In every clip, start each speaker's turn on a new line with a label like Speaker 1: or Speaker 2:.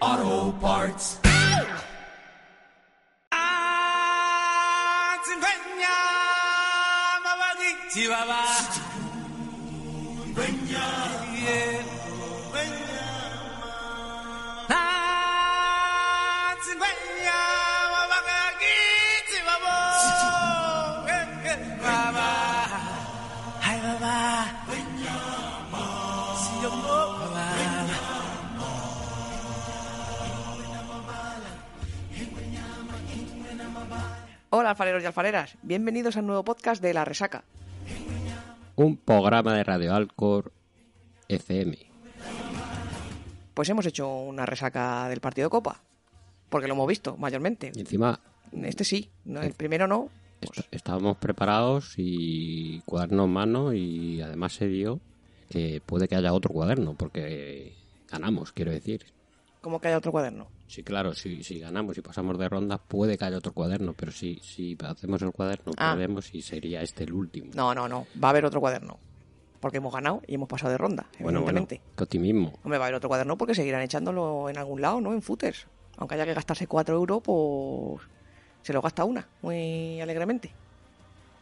Speaker 1: Auto Parts. Chihuahua. Yeah. Ah, Chihuahua, Babagagi, Chihuahua. Eh, eh, Baba. Hi, Baba. See you more, Baba.
Speaker 2: Hola alfareros y alfareras, bienvenidos al nuevo podcast de La Resaca.
Speaker 3: un programa de Radio Alcor FM.
Speaker 2: Pues hemos hecho una resaca del partido de Copa, porque lo hemos visto mayormente.
Speaker 3: Y encima
Speaker 2: Este sí, no, el primero no. Pues.
Speaker 3: est- estábamos preparados y cuaderno en mano y además se dio que puede que haya otro cuaderno porque ganamos, quiero decir.
Speaker 2: Como que haya otro cuaderno.
Speaker 3: Sí, claro, si, si ganamos y pasamos de ronda puede que haya otro cuaderno, pero si, si hacemos el cuaderno
Speaker 2: Ah.
Speaker 3: perdemos y sería este el último.
Speaker 2: No, no, no, va a haber otro cuaderno. Porque hemos ganado y hemos pasado de ronda,
Speaker 3: bueno, bueno,
Speaker 2: evidentemente.
Speaker 3: qué optimismo.
Speaker 2: Hombre, va a haber otro cuaderno porque seguirán echándolo en algún lado, ¿no? En footers. Aunque haya que gastarse 4 euros, pues se lo gasta una, muy alegremente.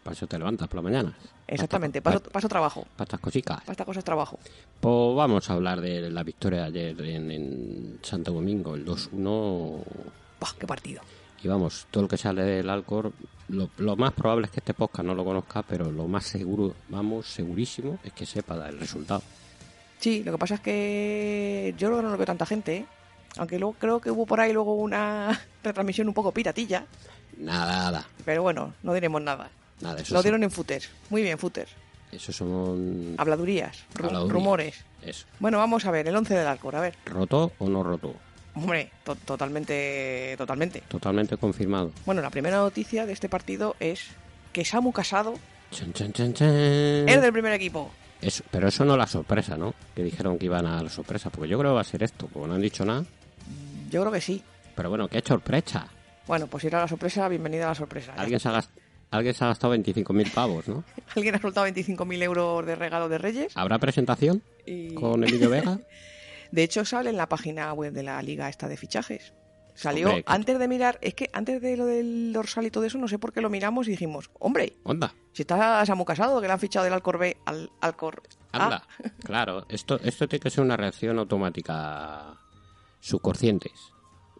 Speaker 3: Para eso te levantas por la mañana.
Speaker 2: Exactamente, paso,
Speaker 3: Para
Speaker 2: paso trabajo.
Speaker 3: estas cositas.
Speaker 2: Para estas cosas trabajo.
Speaker 3: Pues vamos a hablar de la victoria de ayer en, en Santo Domingo, el 2-1.
Speaker 2: Buah, ¡Qué partido!
Speaker 3: Y vamos, todo lo que sale del Alcor, lo, lo más probable es que este podcast no lo conozca, pero lo más seguro, vamos, segurísimo, es que sepa el resultado.
Speaker 2: Sí, lo que pasa es que yo creo que no lo veo tanta gente, ¿eh? aunque luego creo que hubo por ahí luego una retransmisión un poco piratilla,
Speaker 3: Nada, nada,
Speaker 2: pero bueno, no diremos nada.
Speaker 3: nada. Eso
Speaker 2: Lo
Speaker 3: sí-
Speaker 2: dieron en footer, muy bien footer,
Speaker 3: Eso son...
Speaker 2: habladurías, Ah, ru-
Speaker 3: habladurías.
Speaker 2: rumores.
Speaker 3: Eso.
Speaker 2: Bueno, vamos a ver, el 11 del Alcor, a ver.
Speaker 3: ¿Roto o no roto?
Speaker 2: Hombre, to- totalmente, totalmente.
Speaker 3: Totalmente confirmado.
Speaker 2: Bueno, la primera noticia de este partido es que Samu Casado
Speaker 3: Chan, chan, chan, chan.
Speaker 2: es del primer equipo.
Speaker 3: Eso- pero eso no la sorpresa, ¿no? Que dijeron que iban a la sorpresa, porque yo creo que va a ser esto, porque no han dicho nada.
Speaker 2: Yo creo que sí.
Speaker 3: Pero bueno, qué sorpresa.
Speaker 2: Bueno, pues ir a la sorpresa, bienvenida a la sorpresa. Ya
Speaker 3: Alguien se ha gastado, alguien se ha gastado 25.000 pavos, ¿no?
Speaker 2: está. Alguien ha soltado 25.000 euros de regalo de Reyes.
Speaker 3: ¿Habrá presentación
Speaker 2: Y...
Speaker 3: Ah, con Emilio Vega?
Speaker 2: De hecho, sale en la página web de la liga esta de fichajes. Salió
Speaker 3: Hombre, que-
Speaker 2: antes de mirar, es que antes de lo del dorsal y todo eso, no sé por qué lo miramos y dijimos, hombre,
Speaker 3: Onda,
Speaker 2: si está Samu Casado, que le han fichado del Alcor B al Alcor ah, A.
Speaker 3: anda. Claro, esto, esto tiene que ser una reacción automática subconscientes.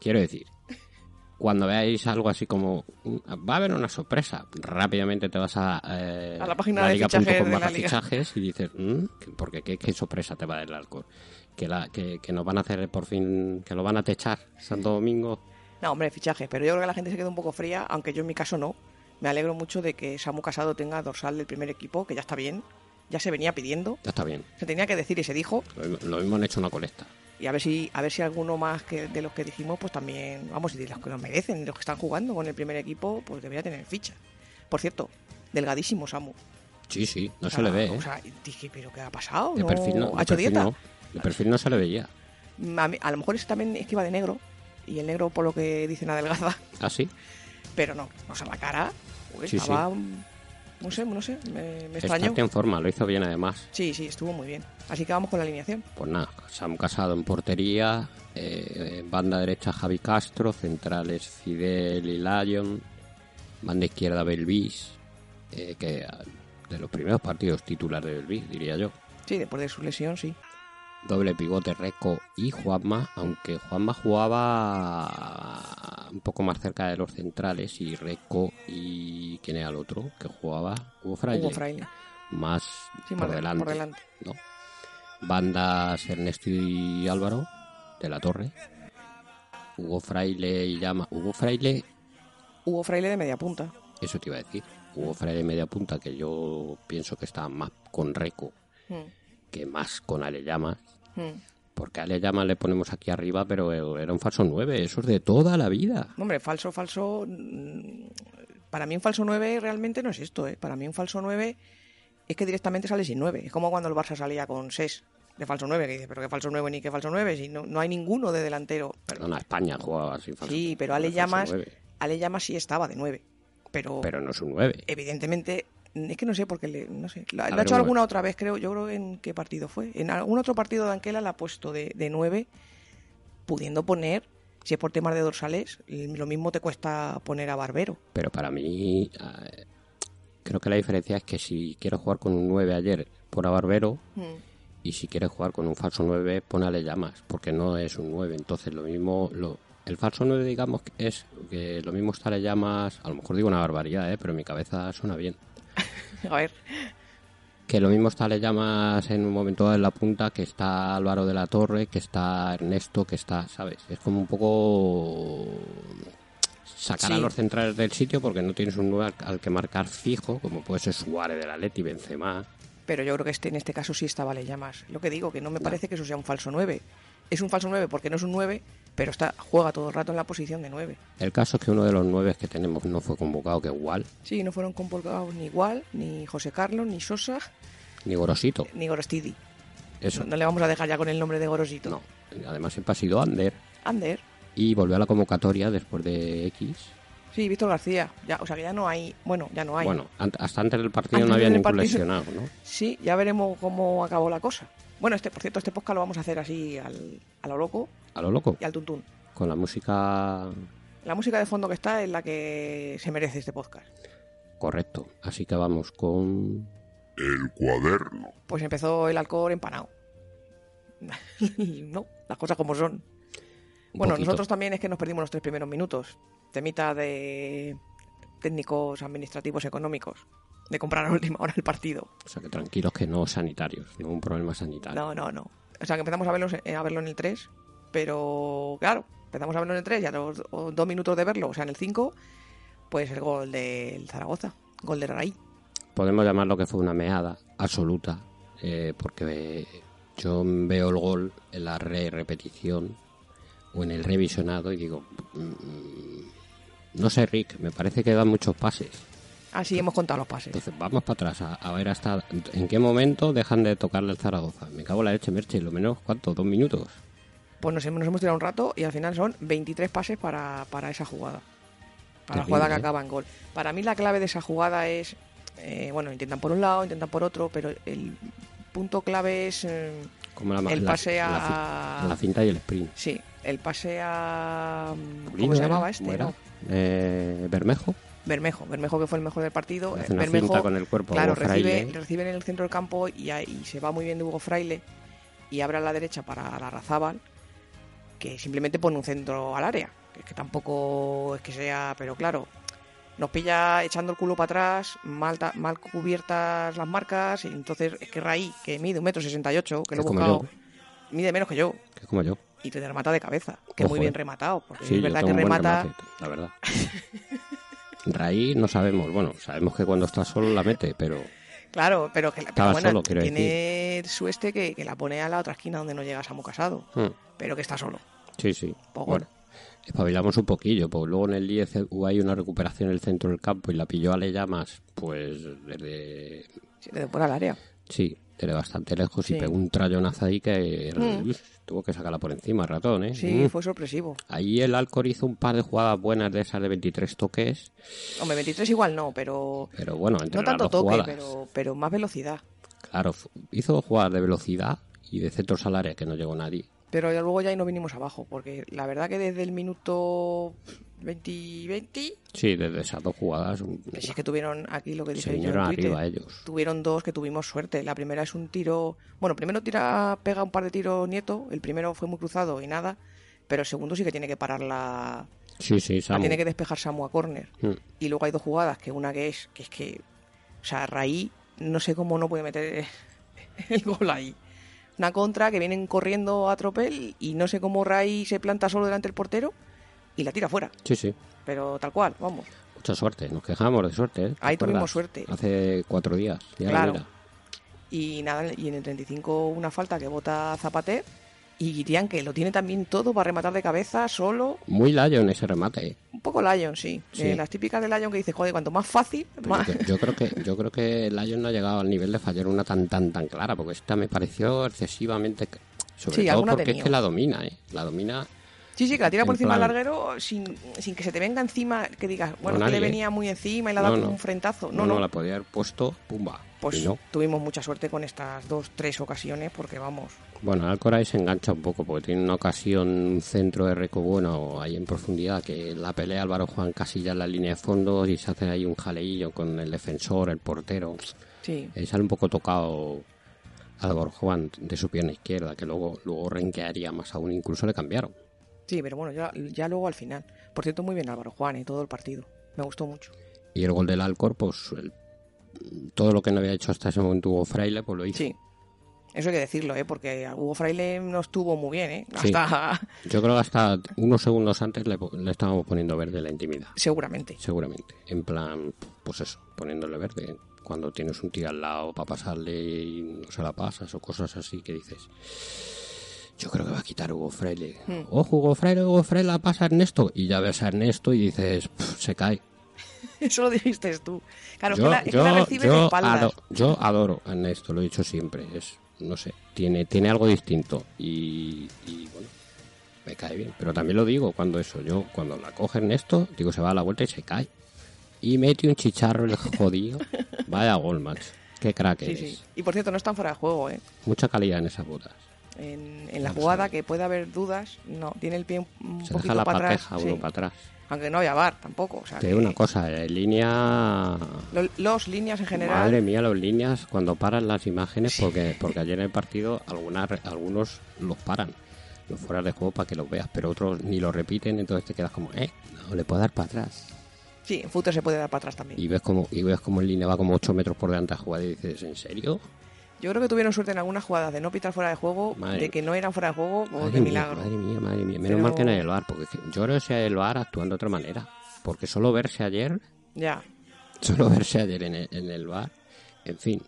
Speaker 3: Quiero decir, cuando veáis algo así como va a haber una sorpresa, rápidamente te vas a, eh,
Speaker 2: A la página de
Speaker 3: laliga.com
Speaker 2: fichajes de la
Speaker 3: barra
Speaker 2: liga.
Speaker 3: fichajes y dices, "Mm, ¿qué- porque qué, qué sorpresa te va a dar el alcohol. Que, la, que, que nos van a hacer por fin, que lo van a techar Santo Domingo.
Speaker 2: No, hombre, fichajes, pero yo creo que la gente se queda un poco fría, aunque yo en mi caso no. Me alegro mucho de que Samu Casado tenga dorsal del primer equipo, que ya está bien, ya se venía pidiendo,
Speaker 3: Ya está bien,
Speaker 2: se tenía que decir y se dijo,
Speaker 3: lo, mismo- lo mismo han hecho una colecta.
Speaker 2: y a ver si, a ver si alguno más que de los que dijimos, pues también, vamos, y de los que nos merecen, de los que están jugando con el primer equipo, pues debería tener ficha. Por cierto, delgadísimo Samu.
Speaker 3: Sí, sí, no
Speaker 2: O
Speaker 3: se
Speaker 2: sea,
Speaker 3: le ve, ¿eh?
Speaker 2: Ah, O sea, dije, pero ¿qué ha pasado?
Speaker 3: De
Speaker 2: No,
Speaker 3: perfil no.
Speaker 2: ¿Ha
Speaker 3: De
Speaker 2: hecho
Speaker 3: perfil
Speaker 2: dieta? Mm,
Speaker 3: no. De perfil no se le veía.
Speaker 2: A, mí- a lo mejor eso también es que iba de negro, y el negro, por lo que dicen, adelgaza,
Speaker 3: ¿Ah, sí?
Speaker 2: pero no, o sea, la cara, pues,
Speaker 3: Sí, sí.
Speaker 2: estaba, mm, no sé, no sé, me, me
Speaker 3: Está
Speaker 2: extrañó.
Speaker 3: en forma, lo hizo bien además.
Speaker 2: Sí, sí, estuvo muy bien. Así que vamos con la alineación.
Speaker 3: Pues nada, Sam Casado en portería, eh, eh, banda derecha Javi Castro, centrales Fidel y Lyon, banda izquierda Belvis, eh, que ah, de los primeros partidos titular de Belvis, diría yo.
Speaker 2: Sí, después de su lesión, sí.
Speaker 3: Doble pivote Reco y Juanma, aunque Juanma jugaba un poco más cerca de los centrales y Reco y... ¿quién era el otro que jugaba? Hugo Fraile.
Speaker 2: Hugo Fraile.
Speaker 3: más
Speaker 2: Sí,
Speaker 3: por,
Speaker 2: más de-
Speaker 3: delante,
Speaker 2: por delante.
Speaker 3: ¿no? Bandas Ernesto y Álvaro de la Torre. Hugo Fraile y llama. Hugo Fraile,
Speaker 2: Hugo Fraile de media punta.
Speaker 3: eso te iba a decir. Hugo Fraile media punta, que yo pienso que está más con Reco
Speaker 2: Mm,
Speaker 3: que más con Aleyama.
Speaker 2: mm.
Speaker 3: Porque a Le Llama le ponemos aquí arriba, pero era un falso 9. Eso es de toda la vida.
Speaker 2: Hombre, falso, falso. mm, Para mí un falso 9 realmente no es esto, ¿eh? Para mí un falso 9 es que directamente sale sin 9. Es como cuando el Barça salía con 6 de falso 9, que dice, pero qué falso 9 ni qué falso 9, si no, no hay ninguno de delantero. Pero-
Speaker 3: Perdona, España jugaba sin falso
Speaker 2: sí, pero
Speaker 3: con
Speaker 2: Ale
Speaker 3: falso
Speaker 2: Llamas,
Speaker 3: nueve.
Speaker 2: Ale Llamas sí estaba de 9. Pero,
Speaker 3: Pero no es un 9.
Speaker 2: evidentemente, es que no sé, porque le, no sé. Lo, lo
Speaker 3: ver,
Speaker 2: ha hecho
Speaker 3: un-
Speaker 2: alguna otra vez, creo. Yo creo en qué partido fue. En algún otro partido de Anquela la ha puesto de, de 9, pudiendo poner, si es por temas de dorsales, lo mismo te cuesta poner a Barbero.
Speaker 3: Pero para mí, eh, creo que la diferencia es que si quiero jugar con un 9 ayer, pon a Barbero.
Speaker 2: Mm.
Speaker 3: Y si quieres jugar con un falso 9, pon a Le Llamas. Porque no es un 9. Entonces, lo mismo. Lo, el falso 9, digamos, que es que lo mismo está Le Llamas. A lo mejor digo una barbaridad, eh, pero en mi cabeza suena bien.
Speaker 2: A ver,
Speaker 3: Que lo mismo está Le Llamas en un momento dado en la punta, que está Álvaro de la Torre, que está Ernesto, que está, ¿sabes? Es como un poco sacar a
Speaker 2: Sí.
Speaker 3: los centrales del sitio porque no tienes un 9 al, al que marcar fijo, como puede ser Suárez del Atleti, Benzema.
Speaker 2: pero yo creo que este, en este caso sí estaba Le Llamas. Lo que digo, que no me parece que eso sea un falso 9. Es un falso 9 porque no es un 9, pero está, juega todo el rato en la posición de 9.
Speaker 3: El caso es que uno de los 9 que tenemos no fue convocado, que igual,
Speaker 2: Sí, no fueron convocados ni Igual, ni José Carlos, ni Sosa,
Speaker 3: ni Gorosito.
Speaker 2: ni Gorostidi.
Speaker 3: Eso.
Speaker 2: No le vamos a dejar ya con el nombre de Gorosito.
Speaker 3: No. Además siempre ha sido Ander
Speaker 2: Ander.
Speaker 3: y volvió a la convocatoria después de X.
Speaker 2: Sí, Víctor García. Ya, o sea que ya no hay. Bueno, ya no hay.
Speaker 3: Bueno, an- hasta antes del partido
Speaker 2: Antes
Speaker 3: no había
Speaker 2: del
Speaker 3: ningún
Speaker 2: partido.
Speaker 3: lesionado, ¿no?
Speaker 2: Sí, ya veremos cómo acabó la cosa. Bueno, este, por cierto, este podcast lo vamos a hacer así al, a lo loco
Speaker 3: A lo loco,
Speaker 2: y al tuntún.
Speaker 3: con la música
Speaker 2: La música de fondo que está es la que se merece este podcast.
Speaker 3: Correcto. Así que vamos con.
Speaker 4: El cuaderno.
Speaker 2: Pues empezó el alcohol empanado. no, las cosas como son.
Speaker 3: un
Speaker 2: Bueno,
Speaker 3: poquito.
Speaker 2: nosotros también es que nos perdimos los tres primeros minutos. Temita de técnicos administrativos económicos. De comprar a última hora el partido.
Speaker 3: O sea, que tranquilos que no sanitarios, no un problema sanitario.
Speaker 2: No, no, no. O sea, que empezamos a verlo, a verlo en el 3, pero claro, empezamos a verlo en el 3 y a los do- o dos minutos de verlo, o sea, en el 5, pues el gol del Zaragoza, gol de Raí.
Speaker 3: Podemos llamarlo que fue una meada absoluta, eh, porque yo veo el gol en la re repetición o en el revisionado y digo. mm, no sé, Rick, me parece que dan muchos pases.
Speaker 2: Así hemos contado los pases.
Speaker 3: Entonces, vamos para atrás, a, a ver hasta en qué momento dejan de tocarle el Zaragoza. Me cago en la leche, Merche, lo menos, ¿cuánto? ¿Dos minutos?
Speaker 2: Pues nos, hemos- nos hemos tirado un rato y al final son 23 pases para, para esa jugada. Para la
Speaker 3: Terrible,
Speaker 2: jugada que
Speaker 3: ¿eh?
Speaker 2: acaba en gol. Para mí la clave de esa jugada es, eh, bueno, intentan por un lado, intentan por otro, pero el punto clave es... eh,
Speaker 3: Como la,
Speaker 2: El
Speaker 3: la-
Speaker 2: pase
Speaker 3: la
Speaker 2: a-
Speaker 3: fi- la finta y el sprint.
Speaker 2: sí, el pase a... ¿Cómo
Speaker 3: Lino
Speaker 2: se
Speaker 3: era,
Speaker 2: llamaba este?
Speaker 3: ¿cómo era?
Speaker 2: no?
Speaker 3: Eh, Bermejo.
Speaker 2: Bermejo, Bermejo que fue el mejor del partido. Eh,
Speaker 3: Hace una
Speaker 2: Bermejo,
Speaker 3: finta con el cuerpo a
Speaker 2: claro,
Speaker 3: Hugo
Speaker 2: recibe,
Speaker 3: Fraile.
Speaker 2: recibe en el centro del campo y, ahí- y se va muy bien de Hugo Fraile y abre a la derecha para la Razábal, que simplemente pone un centro al área. Que, es que tampoco es que sea, pero claro, nos pilla echando el culo para atrás, mal, ta- mal cubiertas las marcas, y entonces es que Raí, que mide un metro sesenta y ocho, que lo he
Speaker 3: Es como
Speaker 2: buscado,
Speaker 3: yo.
Speaker 2: mide menos que yo,
Speaker 3: Que es como yo.
Speaker 2: y te remata de cabeza, que
Speaker 3: Ojo,
Speaker 2: muy
Speaker 3: eh.
Speaker 2: bien rematado, porque
Speaker 3: Sí,
Speaker 2: es
Speaker 3: yo
Speaker 2: verdad
Speaker 3: tengo
Speaker 2: que
Speaker 3: un buen
Speaker 2: remata.
Speaker 3: remate, la verdad. Raí no sabemos. Bueno, sabemos que cuando está solo la mete, pero
Speaker 2: Claro, pero que la pero
Speaker 3: Estaba
Speaker 2: bueno,
Speaker 3: solo, quiero
Speaker 2: tiene su este que, que la pone a la otra esquina donde no llega Samu Casado,
Speaker 3: hmm,
Speaker 2: pero que está solo.
Speaker 3: sí, sí.
Speaker 2: Pues
Speaker 3: bueno.
Speaker 2: bueno.
Speaker 3: Espabilamos un poquillo, pues luego en el 10 hubo ahí una recuperación en el centro del campo y la pilló a Le Llamas, pues desde
Speaker 2: Se le pone al área.
Speaker 3: sí, desde bastante lejos y
Speaker 2: Sí. Mm.
Speaker 3: pegó un trayonazo ahí que uf, tuvo que sacarla por encima el ratón, eh.
Speaker 2: Sí,
Speaker 3: Mm.
Speaker 2: fue sorpresivo.
Speaker 3: Ahí el Alcor hizo un par de jugadas buenas de esas de 23 toques,
Speaker 2: Hombre, 23 igual no, pero
Speaker 3: pero bueno, entre
Speaker 2: no
Speaker 3: las
Speaker 2: tanto
Speaker 3: dos
Speaker 2: toque,
Speaker 3: jugadas.
Speaker 2: pero, pero más velocidad.
Speaker 3: Claro, fu- hizo jugadas de velocidad y de centros al área que no llegó nadie.
Speaker 2: Pero ya luego ya ahí no vinimos abajo, porque la verdad que desde el minuto 20 20,
Speaker 3: Sí, desde esas dos jugadas un-
Speaker 2: que si es que tuvieron aquí lo que dije
Speaker 3: se
Speaker 2: yo en
Speaker 3: vinieron
Speaker 2: Twitter,
Speaker 3: arriba ellos.
Speaker 2: tuvieron dos que tuvimos suerte. La primera es un tiro. Bueno, primero tira, pega un par de tiros Nieto. El primero fue muy cruzado y nada. Pero el segundo sí que tiene que parar la.
Speaker 3: Sí, sí,
Speaker 2: la
Speaker 3: Samu.
Speaker 2: tiene que despejar Samu a córner.
Speaker 3: Mm.
Speaker 2: Y luego hay dos jugadas, que una que es que es que. O sea, Raí, no sé cómo no puede meter el gol ahí. Una contra que vienen corriendo a tropel y no sé cómo Raí se planta solo delante del portero y la tira fuera.
Speaker 3: Sí, sí.
Speaker 2: Pero tal cual, vamos.
Speaker 3: Mucha suerte, nos quejamos de suerte. ¿eh? ¿Te
Speaker 2: Ahí tuvimos
Speaker 3: acuerdas?
Speaker 2: suerte.
Speaker 3: Hace cuatro días. Ya
Speaker 2: Claro.
Speaker 3: mira.
Speaker 2: Y nada, y en el 35 una falta que bota Zapater Y Guitián, que lo tiene también todo para rematar de cabeza, solo.
Speaker 3: Muy Lion ese remate. ¿eh?
Speaker 2: Un poco Lion, sí.
Speaker 3: Sí.
Speaker 2: Eh, las típicas de Lion que dices, joder, cuanto más fácil, más.
Speaker 3: Yo, yo creo que yo creo que Lion no ha llegado al nivel de fallar una tan tan tan clara, porque esta me pareció excesivamente c- sobre
Speaker 2: Sí,
Speaker 3: todo
Speaker 2: alguna
Speaker 3: porque es
Speaker 2: tenía.
Speaker 3: que la domina, ¿eh? La domina
Speaker 2: Sí, sí, que la tira por
Speaker 3: En
Speaker 2: encima del
Speaker 3: plan-
Speaker 2: larguero sin, sin que se te venga encima, que digas, bueno,
Speaker 3: No,
Speaker 2: que le
Speaker 3: nadie. ¿eh?
Speaker 2: venía muy encima y le ha
Speaker 3: No,
Speaker 2: dado
Speaker 3: no.
Speaker 2: un frentazo.
Speaker 3: no,
Speaker 2: No,
Speaker 3: no,
Speaker 2: no.
Speaker 3: la podía haber puesto, pumba.
Speaker 2: Pues
Speaker 3: Y no.
Speaker 2: tuvimos mucha suerte con estas dos, tres ocasiones, porque vamos.
Speaker 3: Bueno, Alcoray se engancha un poco porque tiene una ocasión, un centro de reco bueno ahí en profundidad que la pelea Álvaro Juan casi ya en la línea de fondo y se hace ahí un jaleillo con el defensor, el portero.
Speaker 2: Sí.
Speaker 3: Eh, sale un poco tocado Álvaro Juan de su pierna izquierda que luego, luego renquearía más aún, incluso le cambiaron.
Speaker 2: Sí, pero bueno, ya, ya luego al final. Por cierto, muy bien Álvaro Juan y todo el partido. Me gustó mucho.
Speaker 3: Y el gol del Alcor, pues el- todo lo que no había hecho hasta ese momento Hugo Fraile, pues lo hizo.
Speaker 2: Sí. Eso hay que decirlo, ¿eh? Porque a Hugo Fraile no estuvo muy bien, ¿eh?
Speaker 3: Sí.
Speaker 2: Hasta...
Speaker 3: Yo creo que hasta unos segundos antes le, po- le estábamos poniendo verde la intimidad.
Speaker 2: Seguramente.
Speaker 3: Seguramente. En plan, pues eso, poniéndole verde. Cuando tienes un tío al lado para pasarle y no se la pasas o cosas así que dices. Yo creo que va a quitar Hugo Freire. Ojo, Hugo Freire, Hugo Freire, la pasa a Ernesto. Y ya ves a Ernesto y dices, "Pff, se cae.
Speaker 2: Eso lo dijiste tú. Claro, es que la, es que la recibe de
Speaker 3: yo
Speaker 2: espaldas.
Speaker 3: ado- yo adoro a Ernesto, lo he dicho siempre. Es, no sé, tiene, tiene algo distinto. Y, y, bueno, me cae bien. Pero también lo digo cuando eso, yo cuando la coge Ernesto, digo, se va a la vuelta y se cae. Y mete un chicharro el jodido. Vaya gol, macho. Qué crack
Speaker 2: Sí,
Speaker 3: eres.
Speaker 2: sí. Y por cierto, no están fuera de juego, ¿eh?
Speaker 3: Mucha calidad en esas botas.
Speaker 2: En, en la jugada, que puede haber dudas, no. Tiene el pie un, un
Speaker 3: Se deja
Speaker 2: poquito
Speaker 3: la
Speaker 2: para atrás.
Speaker 3: pateja uno
Speaker 2: sí.
Speaker 3: para atrás.
Speaker 2: Aunque no había bar tampoco. O sea,
Speaker 3: Te
Speaker 2: que
Speaker 3: digo una cosa, en línea
Speaker 2: lo- los líneas en general.
Speaker 3: Madre mía, las líneas cuando paran las imágenes, porque, porque ayer en el partido algunas, re- algunos los paran, los fuera de juego para que los veas, pero otros ni lo repiten, entonces te quedas como, eh, no, le puedo dar para atrás.
Speaker 2: Sí, en fútbol se puede dar para atrás también.
Speaker 3: Y ves como, y ves como en línea va como 8 metros por delante a jugar y dices, ¿en serio?
Speaker 2: Yo creo que tuvieron suerte en algunas jugadas de no pitar fuera de juego,
Speaker 3: Madre
Speaker 2: de que no eran fuera de juego, o de Oh,
Speaker 3: Madre mía,
Speaker 2: milagro.
Speaker 3: madre mía, madre mía. Menos
Speaker 2: Pero-
Speaker 3: mal que no hay el bar, porque es que yo creo que sea el bar actuando de otra manera. Porque solo verse ayer,
Speaker 2: Ya.
Speaker 3: solo verse ayer en el, en el bar, en fin,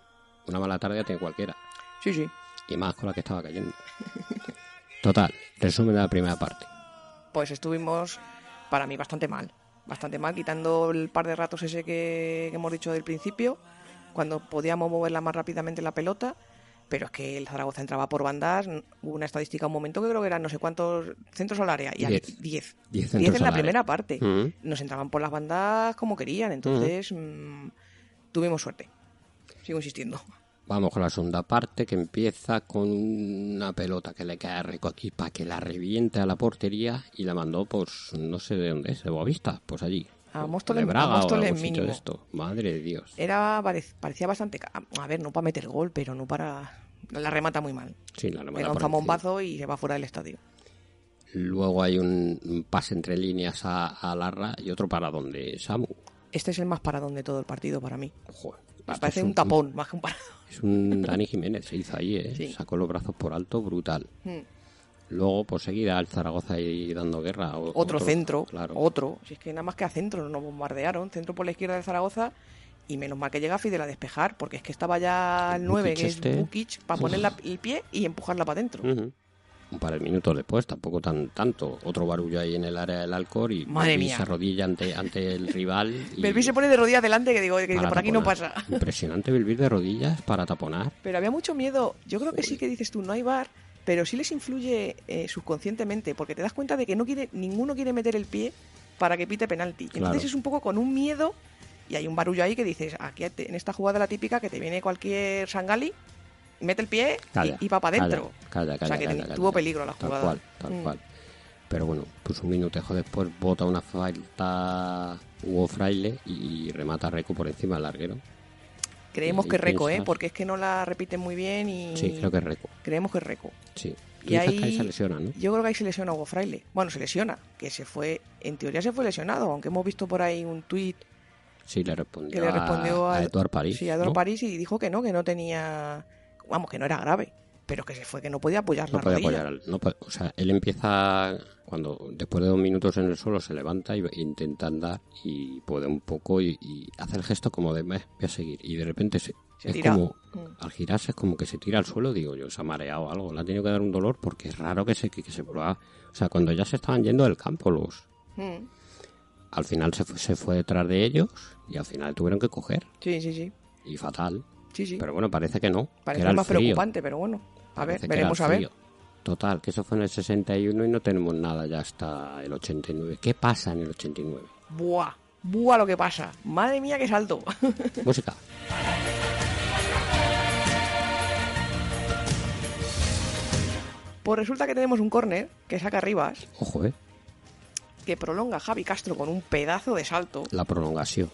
Speaker 3: una mala tarde ya tiene cualquiera.
Speaker 2: Sí, sí.
Speaker 3: y más con la que estaba cayendo. Total, resumen de la primera parte.
Speaker 2: Pues estuvimos, para mí, bastante mal. Bastante mal, quitando el par de ratos ese que, que hemos dicho del principio, cuando podíamos moverla más rápidamente la pelota. Pero es que el Zaragoza entraba por bandas. n- Hubo una estadística, un momento que creo que eran no sé cuántos centros al área. Y aquí-
Speaker 3: Diez.
Speaker 2: diez.
Speaker 3: Diez
Speaker 2: Diez
Speaker 3: centros
Speaker 2: en
Speaker 3: al
Speaker 2: la
Speaker 3: área.
Speaker 2: primera parte.
Speaker 3: Mm.
Speaker 2: Nos entraban por las bandas como querían. Entonces, mm, tuvimos suerte. Sigo insistiendo.
Speaker 3: Vamos con la segunda parte que empieza con una pelota que le cae a Rico aquí para que la reviente a la portería y la mandó, pues no sé de dónde es, de Boavista, pues allí.
Speaker 2: A
Speaker 3: De
Speaker 2: Móstoles-
Speaker 3: Braga
Speaker 2: a
Speaker 3: o
Speaker 2: Móstoles
Speaker 3: algún sitio de
Speaker 2: mínimo.
Speaker 3: esto. Madre de Dios.
Speaker 2: Era parec- parecía bastante ca- a ver no para meter gol pero no para la remata muy mal
Speaker 3: Sí, la remata
Speaker 2: le lanza
Speaker 3: por
Speaker 2: un
Speaker 3: encima.
Speaker 2: bombazo y se va fuera del estadio
Speaker 3: Luego hay un un pase entre líneas a, a Larra y otro para donde Samu.
Speaker 2: este es el más paradón de todo el partido para mí
Speaker 3: Joder, esto
Speaker 2: parece
Speaker 3: Este es
Speaker 2: un, tapón más que un paradón
Speaker 3: Es un Dani Jiménez, se hizo ahí, ¿eh?
Speaker 2: Sí.
Speaker 3: Sacó los brazos por alto, brutal.
Speaker 2: Mm.
Speaker 3: Luego, por seguida, el Zaragoza ahí dando guerra. o-
Speaker 2: otro, centro
Speaker 3: Claro.
Speaker 2: otro si es que nada más que a centro nos bombardearon centro por la izquierda de Zaragoza y menos mal que llega Fidel a despejar porque es que estaba ya el 9
Speaker 3: Bukic
Speaker 2: que
Speaker 3: este. Mm.
Speaker 2: es Bukic para poner la- el pie y empujarla para adentro
Speaker 3: Ujú. Un par de minutos después, tampoco tan tanto. Otro barullo ahí en el área del Alcor y
Speaker 2: Madre
Speaker 3: Belvis
Speaker 2: mía.
Speaker 3: se arrodilla ante, ante el rival. y-
Speaker 2: Belvis se pone de rodillas delante que digo que digo,
Speaker 3: para
Speaker 2: por aquí no
Speaker 3: taponar.
Speaker 2: pasa
Speaker 3: Impresionante Belvis de rodillas para taponar.
Speaker 2: Pero había mucho miedo. Yo creo que sí que dices tú, no hay bar, pero sí les influye eh, subconscientemente, porque te das cuenta de que no quiere, ninguno quiere meter el pie para que pite penalti. Entonces
Speaker 3: Claro.
Speaker 2: es un poco con un miedo y hay un barullo ahí que dices, aquí te- en esta jugada la típica que te viene cualquier sangali, mete el pie y-
Speaker 3: Calla,
Speaker 2: y, va para adentro.
Speaker 3: Calla, calla,
Speaker 2: o sea
Speaker 3: calla,
Speaker 2: que
Speaker 3: calla,
Speaker 2: ten-
Speaker 3: calla,
Speaker 2: tuvo
Speaker 3: calla.
Speaker 2: peligro la jugada.
Speaker 3: Tal cual, tal
Speaker 2: Mm.
Speaker 3: cual. Pero bueno, pues un minutejo después bota una falta Hugo Fraile y remata Reco por encima del larguero.
Speaker 2: Mm. Creemos
Speaker 3: Y-
Speaker 2: que
Speaker 3: y
Speaker 2: es Reco, ¿eh?
Speaker 3: piensas-
Speaker 2: porque es que no la repiten muy bien y
Speaker 3: Sí, creo que es Reco.
Speaker 2: creemos que es Reco.
Speaker 3: Sí. Tú
Speaker 2: Y
Speaker 3: dices que
Speaker 2: ahí-
Speaker 3: ahí se lesiona, ¿no?
Speaker 2: Yo creo que ahí se lesiona Hugo Fraile. Bueno, se lesiona, que se fue, en teoría se fue lesionado, aunque hemos visto por ahí un tuit
Speaker 3: Sí, le respondió,
Speaker 2: que le respondió
Speaker 3: a,
Speaker 2: a,
Speaker 3: a Eduard París.
Speaker 2: Sí, a Eduard
Speaker 3: ¿no?
Speaker 2: París y dijo que no, que no tenía, vamos, que no era grave, pero que se fue, que no podía apoyar
Speaker 3: No
Speaker 2: la
Speaker 3: puede
Speaker 2: rodilla.
Speaker 3: apoyar al- no puede- o sea, él empieza cuando después de dos minutos en el suelo se levanta y e intenta andar y puede un poco y, y hace el gesto como de "Meh, voy a seguir y de repente se,
Speaker 2: Se
Speaker 3: Es
Speaker 2: tira. Mm.
Speaker 3: como, al girarse es como que se tira al suelo, digo yo, se ha mareado algo, le ha tenido que dar un dolor porque es raro que se, que, que se prueba. O sea, cuando ya se estaban yendo del campo los...
Speaker 2: Mm.
Speaker 3: Al final se fue, se fue detrás de ellos y al final tuvieron que coger.
Speaker 2: Sí, sí, sí.
Speaker 3: Y fatal.
Speaker 2: Sí, sí.
Speaker 3: Pero bueno, parece que no. que
Speaker 2: Parece
Speaker 3: era el
Speaker 2: más
Speaker 3: frío.
Speaker 2: preocupante, pero bueno. A ver,
Speaker 3: Parece que era
Speaker 2: veremos
Speaker 3: el
Speaker 2: a ver.
Speaker 3: frío. Total, que eso fue en el 61 y no tenemos nada ya hasta el 89. ¿Qué pasa en el 89?
Speaker 2: Buah, buah lo que pasa. Madre mía, qué salto.
Speaker 3: Música.
Speaker 2: pues resulta que tenemos un córner que saca Rivas,
Speaker 3: Ojo, ¿eh?
Speaker 2: que prolonga a Javi Castro con un pedazo de salto.
Speaker 3: La prolongación.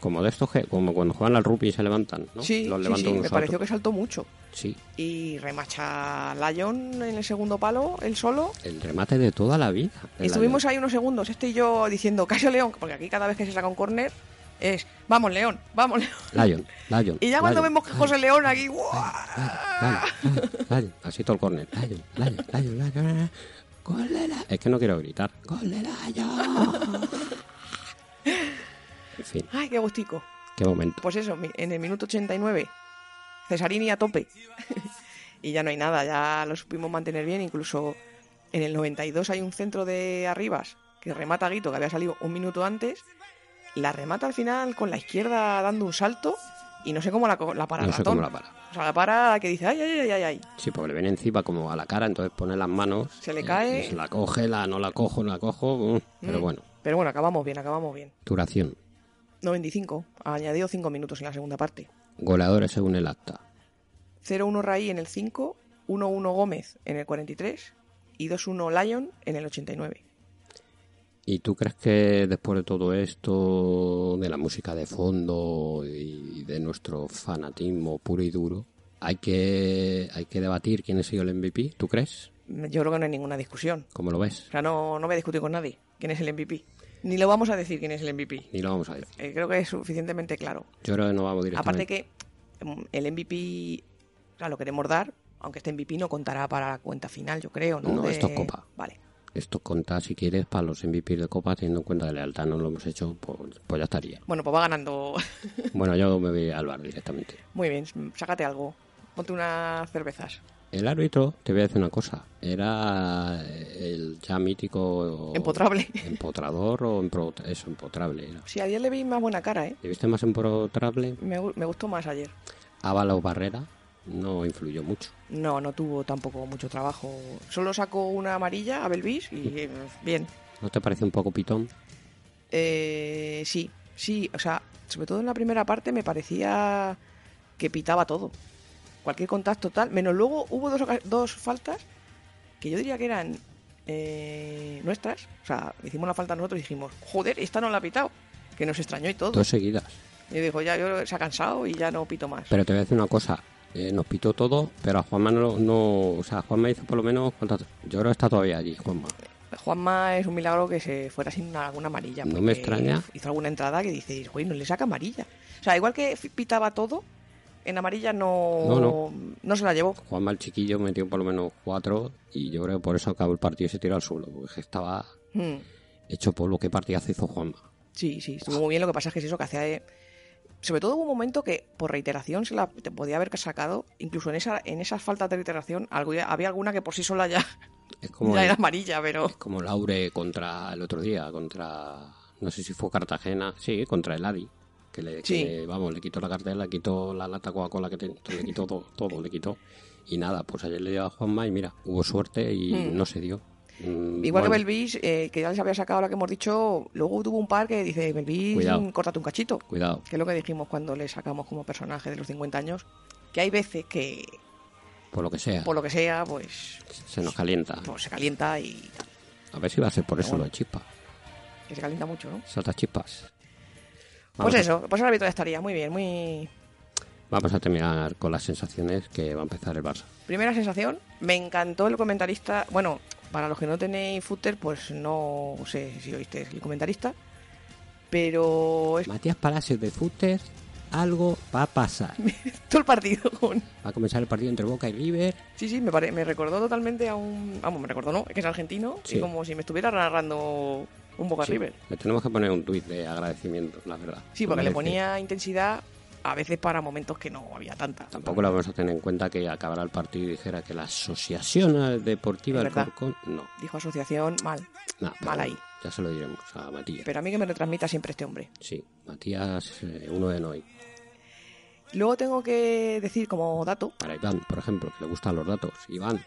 Speaker 3: Como de estos que, como cuando juegan al rugby y se levantan, ¿no?
Speaker 2: Sí,
Speaker 3: Los
Speaker 2: sí,
Speaker 3: levantan
Speaker 2: sí,
Speaker 3: unos
Speaker 2: me
Speaker 3: a
Speaker 2: pareció que
Speaker 3: otros.
Speaker 2: saltó mucho.
Speaker 3: Sí,
Speaker 2: Y remacha Lyon en el segundo palo, él solo.
Speaker 3: el remate de toda la vida.
Speaker 2: Y estuvimos ahí unos segundos, este y yo, diciendo, casi León, porque aquí cada vez que se saca un córner es, vamos León, vamos León.
Speaker 3: Lion, Lion.
Speaker 2: Y ya cuando
Speaker 3: Lion,
Speaker 2: vemos que José León aquí, ¡guau!
Speaker 3: Lion, Lion, Lion. Así todo el córner. Lion, Lion, Lion, Lion, Lion. ¡Gol de la... Es que no quiero gritar. ¡Gol de Lion! En fin,
Speaker 2: ¡Ay, qué gustico!
Speaker 3: qué momento.
Speaker 2: Pues eso, mi- en el minuto 89, Cesarini a tope. y ya no hay nada, ya lo supimos mantener bien. Incluso en el 92 hay un centro de Arribas que remata a Guito, que había salido un minuto antes. La remata al final con la izquierda dando un salto y no sé cómo la, co- la para
Speaker 3: No
Speaker 2: el
Speaker 3: sé cómo
Speaker 2: ratón.
Speaker 3: la para.
Speaker 2: O sea, la para que dice, ay, ay, ay, ay, ay.
Speaker 3: Sí, porque le viene encima como a la cara, entonces pone las manos.
Speaker 2: Se le
Speaker 3: eh,
Speaker 2: cae.
Speaker 3: y se la coge, la no la cojo, no la cojo. mm, Pero
Speaker 2: Mm.
Speaker 3: bueno,
Speaker 2: Pero bueno, acabamos bien, acabamos bien.
Speaker 3: duración.
Speaker 2: 95, añadido 5 minutos en la segunda parte.
Speaker 3: Goleadores según el acta.
Speaker 2: 0-1 Raí en el 5, 1-1 Gómez en el 43 y 2-1 Lyon en el 89.
Speaker 3: ¿Y tú crees que después de todo esto, de la música de fondo y de nuestro fanatismo puro y duro, hay que, hay que debatir quién ha sido el MVP? ¿Tú crees?
Speaker 2: Yo creo que no hay ninguna discusión.
Speaker 3: ¿Cómo lo ves?
Speaker 2: O sea, no, no voy a discutir con nadie quién es el MVP. Ni lo vamos a decir quién es el MVP.
Speaker 3: Ni lo vamos a decir.
Speaker 2: Eh, creo que es suficientemente claro.
Speaker 3: Yo creo que no vamos directamente.
Speaker 2: Aparte que mm, el MVP, claro, lo queremos dar, aunque este MVP no contará para la cuenta final, yo creo, ¿no?
Speaker 3: No, esto es copa.
Speaker 2: Vale.
Speaker 3: Esto conta, si quieres, para los MVP de Copa, teniendo en cuenta la lealtad, no lo hemos hecho, pues, pues ya estaría.
Speaker 2: Bueno, pues va ganando.
Speaker 3: Bueno, yo me voy al bar directamente.
Speaker 2: Muy bien, sácate algo. Ponte unas cervezas.
Speaker 3: El árbitro, te voy a decir una cosa, era el ya mítico...
Speaker 2: Empotrable.
Speaker 3: Empotrador o empro- eso, empotrable era.
Speaker 2: Sí, ayer le vi más buena cara, ¿eh?
Speaker 3: ¿Le viste más empotrable?
Speaker 2: Me, gu- me gustó más ayer.
Speaker 3: Ábala o Barrera no influyó mucho.
Speaker 2: No, no tuvo tampoco mucho trabajo. Solo sacó una amarilla a Belvis y eh, bien.
Speaker 3: ¿No te parece un poco pitón?
Speaker 2: Eh, sí, sí, o sea, sobre todo en la primera parte me parecía que pitaba todo. Cualquier contacto tal, menos luego hubo dos, oca- dos faltas que yo diría que eran eh, nuestras. O sea, hicimos la falta nosotros y dijimos, joder, esta no la ha pitado. Que nos extrañó y todo.
Speaker 3: Dos seguidas.
Speaker 2: Y dijo, ya yo, se ha cansado y ya no pito más.
Speaker 3: Pero te voy a decir una cosa, eh, nos pitó todo, pero a Juanma no, no... O sea, Juanma hizo por lo menos... ¿cuántas- Yo creo que está todavía allí, Juanma.
Speaker 2: Juanma es un milagro que se fuera sin una- alguna amarilla.
Speaker 3: No
Speaker 2: porque
Speaker 3: me extraña.
Speaker 2: Hizo alguna entrada que dices, güey, no le saca amarilla. O sea, igual que f- pitaba todo, en amarilla no,
Speaker 3: No, no.
Speaker 2: no se la llevó.
Speaker 3: Juanma el chiquillo metió por lo menos cuatro y yo creo que por eso acabó el partido y se tiró al suelo, porque estaba
Speaker 2: Mm,
Speaker 3: hecho polvo. ¿Qué partidazo hizo Juanma?
Speaker 2: Sí, sí, estuvo muy bien. Lo que pasa es que es eso que hacía. eh, Sobre todo hubo un momento que por reiteración se la te podía haber sacado, incluso en esa en esas faltas de reiteración, algo- había alguna que por sí sola ya,
Speaker 3: Es como,
Speaker 2: ya era
Speaker 3: el,
Speaker 2: amarilla, pero
Speaker 3: es como Laure contra el otro día, contra. No sé si fue Cartagena, sí, contra el Adi. Que le, que
Speaker 2: Sí.
Speaker 3: le- vamos, le quitó la cartera, le quitó la lata Coca-Cola que tenía, le quitó todo, todo, le quitó. Y nada, pues ayer le dio a Juanma y mira, hubo suerte y
Speaker 2: Mm.
Speaker 3: no se dio. Mm,
Speaker 2: Igual que
Speaker 3: bueno,
Speaker 2: Belvis, eh, que ya les había sacado la que hemos dicho, luego tuvo un par que dice, Belvis,
Speaker 3: Cuidado.
Speaker 2: córtate un cachito.
Speaker 3: Cuidado.
Speaker 2: Que es lo que dijimos cuando le sacamos como personaje de los 50 años. Que hay veces que,
Speaker 3: Por lo que sea,
Speaker 2: por lo que sea, pues,
Speaker 3: se nos calienta.
Speaker 2: pues se calienta y tal,
Speaker 3: A ver si va a ser por eso lo de chispa.
Speaker 2: que se calienta mucho, ¿no?
Speaker 3: Salta chispas. Ah,
Speaker 2: Pues eso, pues ahora ya estaría muy bien, muy...
Speaker 3: Vamos a terminar con las sensaciones que va a empezar el Barça.
Speaker 2: Primera sensación, me encantó el comentarista. Bueno, para los que no tenéis footer, pues no sé si oíste el comentarista. Pero es
Speaker 3: Matías Palacios de Footer, algo va a pasar.
Speaker 2: todo el partido con,
Speaker 3: Va a comenzar el partido entre Boca y River.
Speaker 2: Sí, sí, me, pare- me recordó totalmente a un... Vamos, me recordó, ¿no? Que es argentino.
Speaker 3: Sí.
Speaker 2: Y como si me estuviera narrando un Boca
Speaker 3: Sí,
Speaker 2: River.
Speaker 3: Le tenemos que poner un tuit de agradecimiento, la verdad.
Speaker 2: Sí, porque le
Speaker 3: Merece.
Speaker 2: ponía intensidad a veces para momentos que no había tanta.
Speaker 3: Tampoco la vamos a tener en cuenta que acabará el partido y dijera que la Asociación Deportiva
Speaker 2: Es verdad.
Speaker 3: Alcorcón. No,
Speaker 2: Dijo asociación, mal.
Speaker 3: nada.
Speaker 2: Mal ahí.
Speaker 3: Ya se lo diremos a Matías.
Speaker 2: Pero a mí que me retransmita siempre este hombre.
Speaker 3: Sí, Matías, eh, uno de Noy.
Speaker 2: Luego tengo que decir como dato,
Speaker 3: Para Iván, por ejemplo, que le gustan los datos. Iván,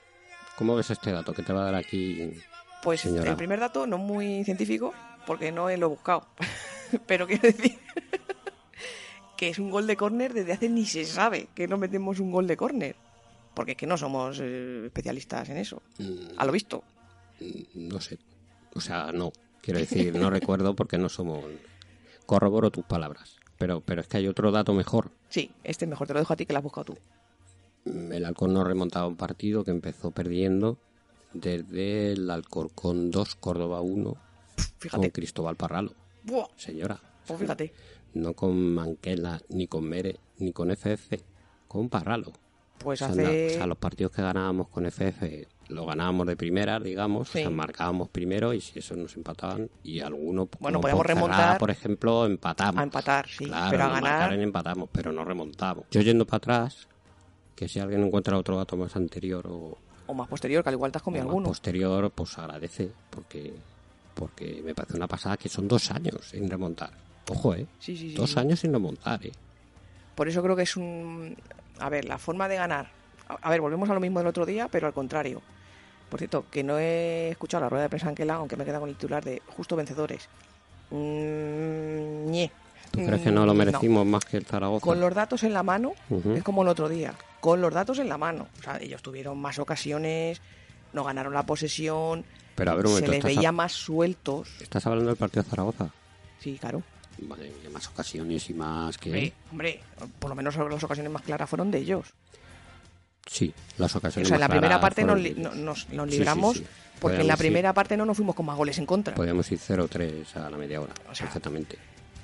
Speaker 3: ¿cómo ves este dato que te va a dar aquí?
Speaker 2: pues
Speaker 3: Señora.
Speaker 2: el primer dato no es muy científico porque no lo he buscado. Pero quiero decir que es un gol de córner desde hace ni se sabe que no metemos un gol de córner. Porque es que no somos eh, especialistas en eso.
Speaker 3: Mm,
Speaker 2: A lo visto.
Speaker 3: No sé. O sea, no. Quiero decir, no recuerdo porque no somos. Corroboro tus palabras. Pero, pero es que hay otro dato mejor.
Speaker 2: Sí, este mejor te lo dejo a ti que lo has buscado tú.
Speaker 3: Mm, El Alcorcón no ha remontado un partido que empezó perdiendo desde el Alcorcón 2, Córdoba 1, con
Speaker 2: Fíjate.
Speaker 3: Cristóbal Parralo.
Speaker 2: Buah,
Speaker 3: Señora.
Speaker 2: pues fíjate.
Speaker 3: No con Manquela, ni con Mere, ni con FF, con Parralo.
Speaker 2: Pues
Speaker 3: O sea, la-
Speaker 2: hace...
Speaker 3: o sea, los partidos que ganábamos con FF lo ganábamos de primera, digamos,
Speaker 2: Sí.
Speaker 3: o sea, marcábamos primero y si eso nos empataban y alguno
Speaker 2: Bueno,
Speaker 3: como
Speaker 2: podíamos
Speaker 3: Ponferrada,
Speaker 2: remontar-
Speaker 3: por ejemplo, empatamos.
Speaker 2: A empatar, sí.
Speaker 3: Claro,
Speaker 2: pero a
Speaker 3: no
Speaker 2: ganar.
Speaker 3: marcaron, empatamos, pero no remontamos. Yo yendo para atrás, que si alguien encuentra otro dato más anterior o,
Speaker 2: O más posterior, que al igual te has comido
Speaker 3: o más
Speaker 2: alguno.
Speaker 3: posterior, pues agradece porque porque me parece una pasada que son dos años sin remontar. Ojo, eh.
Speaker 2: Sí, sí, sí,
Speaker 3: dos
Speaker 2: sí.
Speaker 3: años sin remontar, eh.
Speaker 2: Por eso creo que es un. A ver, la forma de ganar. A- A ver, volvemos a lo mismo del otro día, pero al contrario. Por cierto, que no he escuchado la rueda de prensa de Anquela, aunque me queda con el titular de justo vencedores. Mm, ñe.
Speaker 3: ¿Tú crees que no lo
Speaker 2: Mm,
Speaker 3: merecimos más que el Zaragoza?
Speaker 2: Con los datos en la mano,
Speaker 3: Ujú.
Speaker 2: es como el otro día. Con los datos en la mano. O sea, ellos tuvieron más ocasiones, no ganaron la posesión,
Speaker 3: Pero a ver un
Speaker 2: se
Speaker 3: momento,
Speaker 2: les
Speaker 3: estás a-
Speaker 2: veía más sueltos.
Speaker 3: ¿Estás hablando del partido de Zaragoza?
Speaker 2: Sí, claro.
Speaker 3: Vale, más ocasiones y más que...
Speaker 2: Hombre, hombre, por lo menos las ocasiones más claras fueron de ellos.
Speaker 3: Sí, las
Speaker 2: O
Speaker 3: ocasiones
Speaker 2: sea, en la
Speaker 3: más
Speaker 2: primera
Speaker 3: claras
Speaker 2: parte nos,
Speaker 3: fueron
Speaker 2: li-
Speaker 3: de
Speaker 2: no-
Speaker 3: ellos.
Speaker 2: nos, nos
Speaker 3: Sí, sí,
Speaker 2: libramos
Speaker 3: sí.
Speaker 2: porque en la
Speaker 3: Podíamos ir-
Speaker 2: primera parte no nos fuimos con más goles en contra.
Speaker 3: Podíamos ir 0-3 a la media hora,
Speaker 2: O sea,
Speaker 3: perfectamente.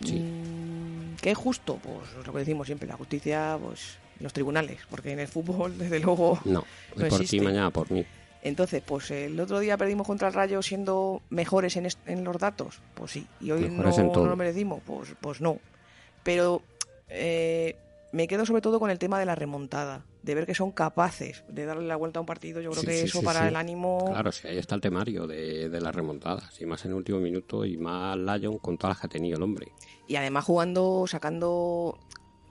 Speaker 3: Sí,
Speaker 2: Mm, ¿Qué es justo? Pues es lo que decimos siempre, la justicia, pues los tribunales, porque en el fútbol, desde luego,
Speaker 3: no, hoy por ti,
Speaker 2: existe.
Speaker 3: mañana por mí.
Speaker 2: Entonces, pues el otro día perdimos contra el Rayo siendo mejores en, est- en los datos, pues sí. Y hoy no,
Speaker 3: Mejores en todo.
Speaker 2: no lo merecimos, pues, pues no. Pero eh, me quedo sobre todo con el tema de la remontada, de ver que son capaces de darle la vuelta a un partido. Yo creo
Speaker 3: Sí,
Speaker 2: que
Speaker 3: sí,
Speaker 2: eso
Speaker 3: sí,
Speaker 2: para
Speaker 3: sí.
Speaker 2: el ánimo...
Speaker 3: Claro, sí, ahí está el temario de, de las remontadas. Y más en el último minuto y más Lyon con todas las que ha tenido el hombre.
Speaker 2: Y además jugando, sacando,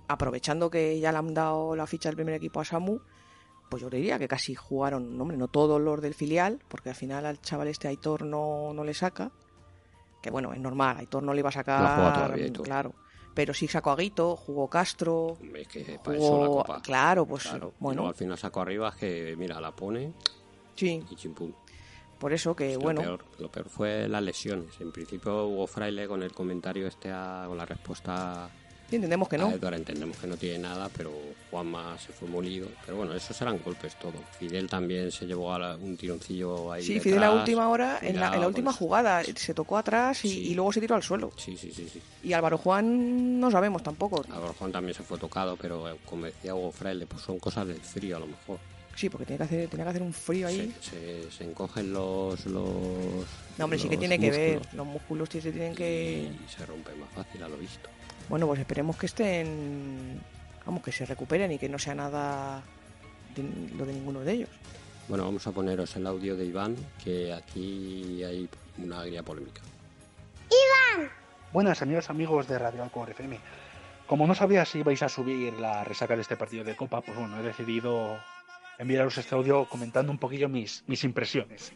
Speaker 2: aprovechando que ya le han dado la ficha del primer equipo a Samu, pues yo diría que casi jugaron, no, hombre, no todos los del filial, porque al final al chaval este Aitor no, no le saca. Que bueno, es normal, Aitor no le iba a sacar. mm,
Speaker 3: No ha jugado todavía, Aitor.
Speaker 2: Claro. Pero sí sacó a Guito, jugó Castro,
Speaker 3: Hombre, Es que para eso la
Speaker 2: jugó.
Speaker 3: copa.
Speaker 2: Claro, pues
Speaker 3: Claro. Y luego
Speaker 2: bueno,
Speaker 3: al final saco arriba es que, mira, la pone
Speaker 2: sí,
Speaker 3: y chimpum.
Speaker 2: por eso que
Speaker 3: Lo
Speaker 2: Eh, bueno.
Speaker 3: peor, lo peor fue las lesiones. En principio Hugo Fraile con el comentario este a- con la respuesta
Speaker 2: sí, entendemos que no.
Speaker 3: a Edward entendemos que no tiene nada, pero Juanma se fue molido. Pero bueno, esos eran golpes todo. Fidel también se llevó a la- un tironcillo ahí.
Speaker 2: Sí, Fidel a
Speaker 3: detrás.
Speaker 2: última hora, en la, en la
Speaker 3: Cuidado
Speaker 2: última
Speaker 3: con-
Speaker 2: jugada, se tocó atrás y-
Speaker 3: Sí.
Speaker 2: y luego se tiró al suelo.
Speaker 3: Sí, sí, sí, sí.
Speaker 2: Y Álvaro Juan no sabemos tampoco.
Speaker 3: Álvaro Juan también se fue tocado, pero eh, como decía Hugo Fraile, pues son cosas del frío a lo mejor.
Speaker 2: Sí, porque tiene que hacer, tenía que hacer un frío ahí.
Speaker 3: Se, se- se encogen los, los.
Speaker 2: No, hombre, sí que
Speaker 3: los
Speaker 2: tiene que ver.
Speaker 3: músculos
Speaker 2: Los músculos sí se tienen que...
Speaker 3: Y se rompe más fácil a lo visto.
Speaker 2: Bueno, pues esperemos que estén... Vamos, que se recuperen y que no sea nada de, lo de ninguno de ellos.
Speaker 3: Bueno, vamos a poneros el audio de Iván, que aquí hay una agria polémica.
Speaker 5: Buenas amigas, amigos de Radio Alcor FM. Como no sabía si ibais a subir la resaca de este partido de Copa, pues bueno, he decidido enviaros este audio comentando un poquillo mis, mis impresiones.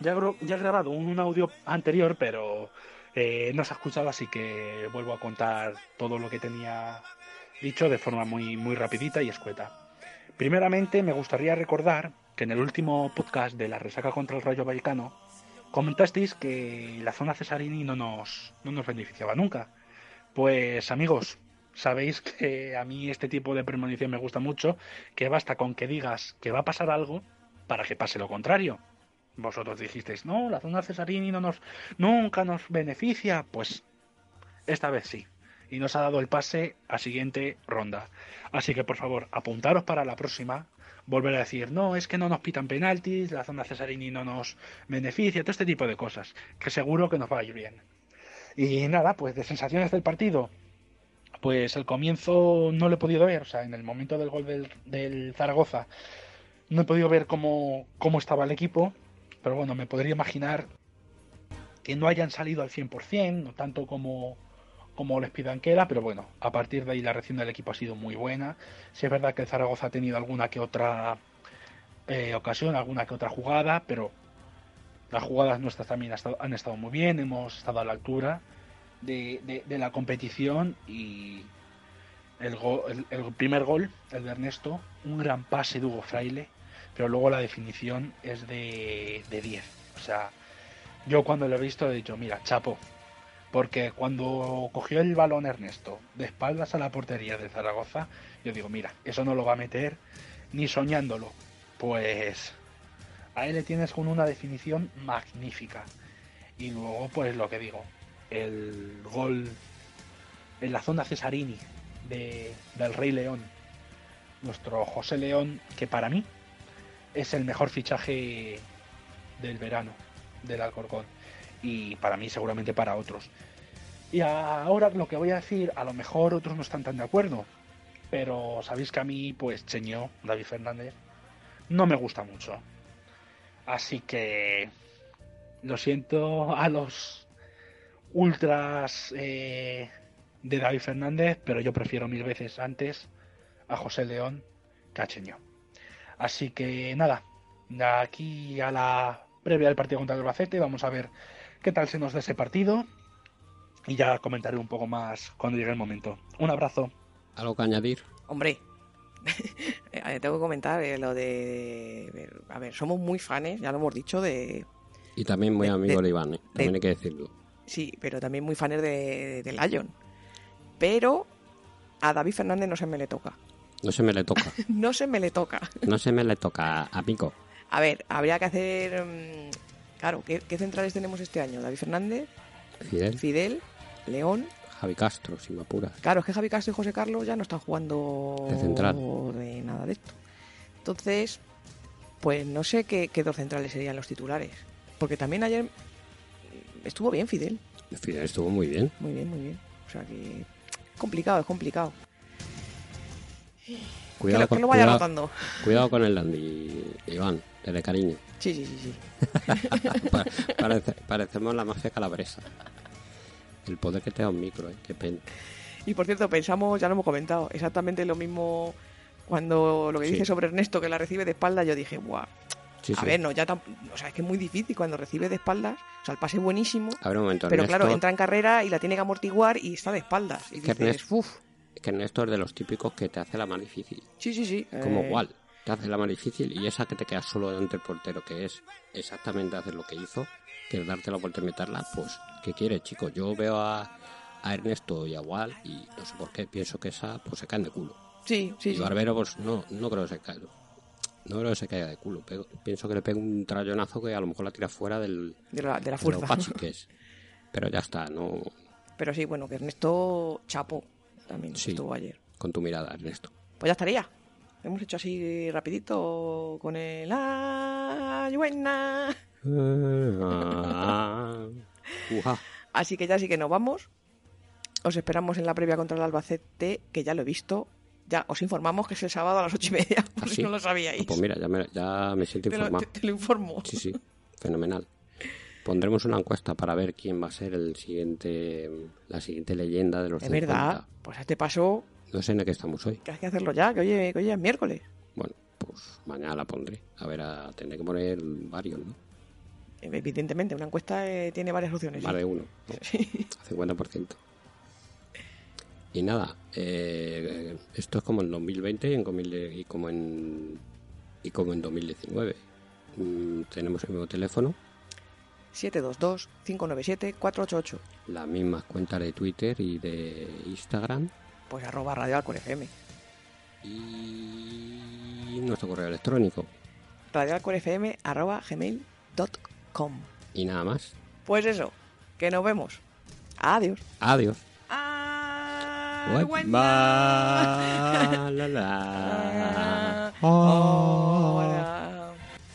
Speaker 5: Ya, gro- ya he grabado un, un audio anterior, pero eh, no se ha escuchado, así que vuelvo a contar todo lo que tenía dicho de forma muy, muy rapidita y escueta. Primeramente, me gustaría recordar que en el último podcast de la resaca contra el Rayo Vallecano, comentasteis que la zona Cesarini no nos, no nos beneficiaba nunca. Pues amigos, sabéis que a mí este tipo de premonición me gusta mucho, que basta con que digas que va a pasar algo para que pase lo contrario. Vosotros dijisteis, no, la zona Cesarini no nos, nunca nos beneficia. Pues esta vez sí. Y nos ha dado el pase a siguiente ronda. Así que por favor, apuntaros para la próxima. Volver a decir, no, es que no nos pitan penaltis, la zona Cesarini no nos beneficia, todo este tipo de cosas, que seguro que nos va a ir bien. Y nada, pues de sensaciones del partido, Pues el comienzo no lo he podido ver, o sea, en el momento del gol del, del Zaragoza no he podido ver cómo, cómo estaba el equipo, pero bueno, me podría imaginar que no hayan salido al 100%, no tanto como, como les pidan que era, pero bueno, a partir de ahí la reacción del equipo ha sido muy buena. Si es verdad que el Zaragoza ha tenido alguna que otra eh, ocasión, alguna que otra jugada, pero las jugadas nuestras también ha estado- han estado muy bien, hemos estado a la altura de, de- de la competición y el, go- el- el primer gol, el de Ernesto, un gran pase de Hugo Fraile, pero luego la definición es de, de 10. O sea, yo cuando lo he visto he dicho, mira, chapo, porque cuando cogió el balón Ernesto de espaldas a la portería de Zaragoza, yo digo, mira, eso no lo va a meter ni soñándolo. Pues a él le tienes con una definición magnífica. Y luego, pues lo que digo, el gol en la zona Cesarini de, del Rey León. Nuestro José León, que para mí es el mejor fichaje del verano del Alcorcón. Y para mí, seguramente para otros. Y ahora lo que voy a decir, a lo mejor otros no están tan de acuerdo. Pero sabéis que a mí, pues Cheñó, David Fernández, no me gusta mucho. Así que lo siento a los ultras eh, de David Fernández, pero yo prefiero mil veces antes a José León que a Cheño. Así que nada, de aquí a la previa del partido contra el Albacete, vamos a ver qué tal se nos da ese partido y ya comentaré un poco más cuando llegue el momento. Un abrazo.
Speaker 3: ¿Algo que añadir?
Speaker 2: Hombre, eh, tengo que comentar eh, lo de. A ver, somos muy fans, ya lo hemos dicho, de.
Speaker 3: Y también muy
Speaker 2: De-
Speaker 3: amigo
Speaker 2: de-
Speaker 3: de Iván, ¿eh? también
Speaker 2: de-
Speaker 3: hay que decirlo.
Speaker 2: Sí, pero también muy fans de, de Lion. Pero a David Fernández no se me le toca.
Speaker 3: No se me le toca.
Speaker 2: No se me le toca.
Speaker 3: No se me le toca, amigo.
Speaker 2: A ver, habría que hacer. mm, Claro, ¿qué, qué centrales tenemos este año? David Fernández,
Speaker 3: Fidel,
Speaker 2: Fidel, León.
Speaker 3: Javi Castro, si me apuras.
Speaker 2: Claro, es que Javi Castro y José Carlos ya no están jugando
Speaker 3: De central.
Speaker 2: de nada de esto. Entonces, pues no sé qué, qué dos centrales serían los titulares. Porque también ayer mm, estuvo bien Fidel.
Speaker 3: Fidel estuvo muy bien.
Speaker 2: Muy bien, muy bien. O sea que es complicado, es complicado. Que
Speaker 3: Cuidado
Speaker 2: lo, que
Speaker 3: con,
Speaker 2: lo vaya
Speaker 3: cuidado,
Speaker 2: rotando.
Speaker 3: cuidado con el Dandy, Iván, dele cariño.
Speaker 2: Sí, sí, sí, sí.
Speaker 3: Pa- parece- parecemos la mafia calabresa. El poder que te da un micro, ¿eh? qué pena.
Speaker 2: Y por cierto, pensamos, ya lo hemos comentado, exactamente lo mismo cuando lo que
Speaker 3: Sí.
Speaker 2: dice sobre Ernesto que la recibe de espalda, yo dije, guau,
Speaker 3: Sí,
Speaker 2: a
Speaker 3: sí.
Speaker 2: ver, no, ya tam- o sea, es que es muy difícil cuando recibe de espaldas, o sea, el pase es buenísimo,
Speaker 3: A ver, un momento.
Speaker 2: pero
Speaker 3: Ernesto,
Speaker 2: claro, entra en carrera y la tiene que amortiguar y está de espaldas. Y
Speaker 3: Es que
Speaker 2: dices,
Speaker 3: Ernesto-
Speaker 2: uff,
Speaker 3: que Ernesto es de los típicos que te hace la más difícil.
Speaker 2: sí, sí, sí.
Speaker 3: Como
Speaker 2: eh,
Speaker 3: igual. Te hace la más difícil y esa que te queda solo delante del portero, que es exactamente hacer lo que hizo, que es darte la vuelta y meterla, pues, ¿qué quieres, chicos? Yo veo a, a Ernesto y a Wal y no sé por qué, pienso que esa, pues, se caen de culo.
Speaker 2: Sí, sí,
Speaker 3: y
Speaker 2: sí.
Speaker 3: Barbero, pues, no, no creo que se caiga. No creo que se caiga de culo. Pego- pienso que le pega un trayonazo que a lo mejor la tira fuera del,
Speaker 2: De la, de la
Speaker 3: de lo
Speaker 2: fuerza.
Speaker 3: pachi que es. Pero ya está, no
Speaker 2: Pero sí, bueno, que Ernesto chapó también
Speaker 3: Sí.
Speaker 2: estuvo ayer.
Speaker 3: con tu mirada, Ernesto.
Speaker 2: Pues ya estaría. Hemos hecho así rapidito con el... ¡Ay, buena!
Speaker 3: Ah, ujá.
Speaker 2: Así que ya sí que nos vamos. Os esperamos en la previa contra el Albacete, que ya lo he visto. Ya os informamos que es el sábado a las ocho y media, por
Speaker 3: ¿Ah,
Speaker 2: si
Speaker 3: sí?
Speaker 2: no lo sabíais.
Speaker 3: Ah, Pues mira, ya me, ya me siento
Speaker 2: te, lo,
Speaker 3: informado.
Speaker 2: te- te lo informo.
Speaker 3: Sí, sí, fenomenal. Pondremos una encuesta para ver quién va a ser el siguiente, la siguiente leyenda de los
Speaker 2: Es verdad.
Speaker 3: 50.
Speaker 2: Pues a este paso,
Speaker 3: No sé en qué estamos hoy.
Speaker 2: que hay que hacerlo ya, que hoy, es- que hoy es miércoles.
Speaker 3: Bueno, pues mañana la pondré. A ver, a, tendré que poner varios, ¿no?
Speaker 2: Evidentemente, una encuesta eh, tiene varias opciones.
Speaker 3: Más de uno. ¿no? 50%. Y nada, eh, esto es como en 2020 y, en 2000 y como en, y como en 2019. Mm, tenemos el mismo teléfono,
Speaker 2: 722-597-488.
Speaker 3: las mismas cuentas de Twitter y de Instagram
Speaker 2: Pues arroba Radio Alcor FM.
Speaker 3: y nuestro correo electrónico.
Speaker 2: Radio Alcor FM arroba gmail.com.
Speaker 3: Y nada más.
Speaker 2: Pues eso, que nos vemos. Adiós.
Speaker 3: Adiós.
Speaker 2: Uh,
Speaker 1: Ay,
Speaker 3: What?
Speaker 1: buena.
Speaker 3: Ba- la, la.
Speaker 2: Hola.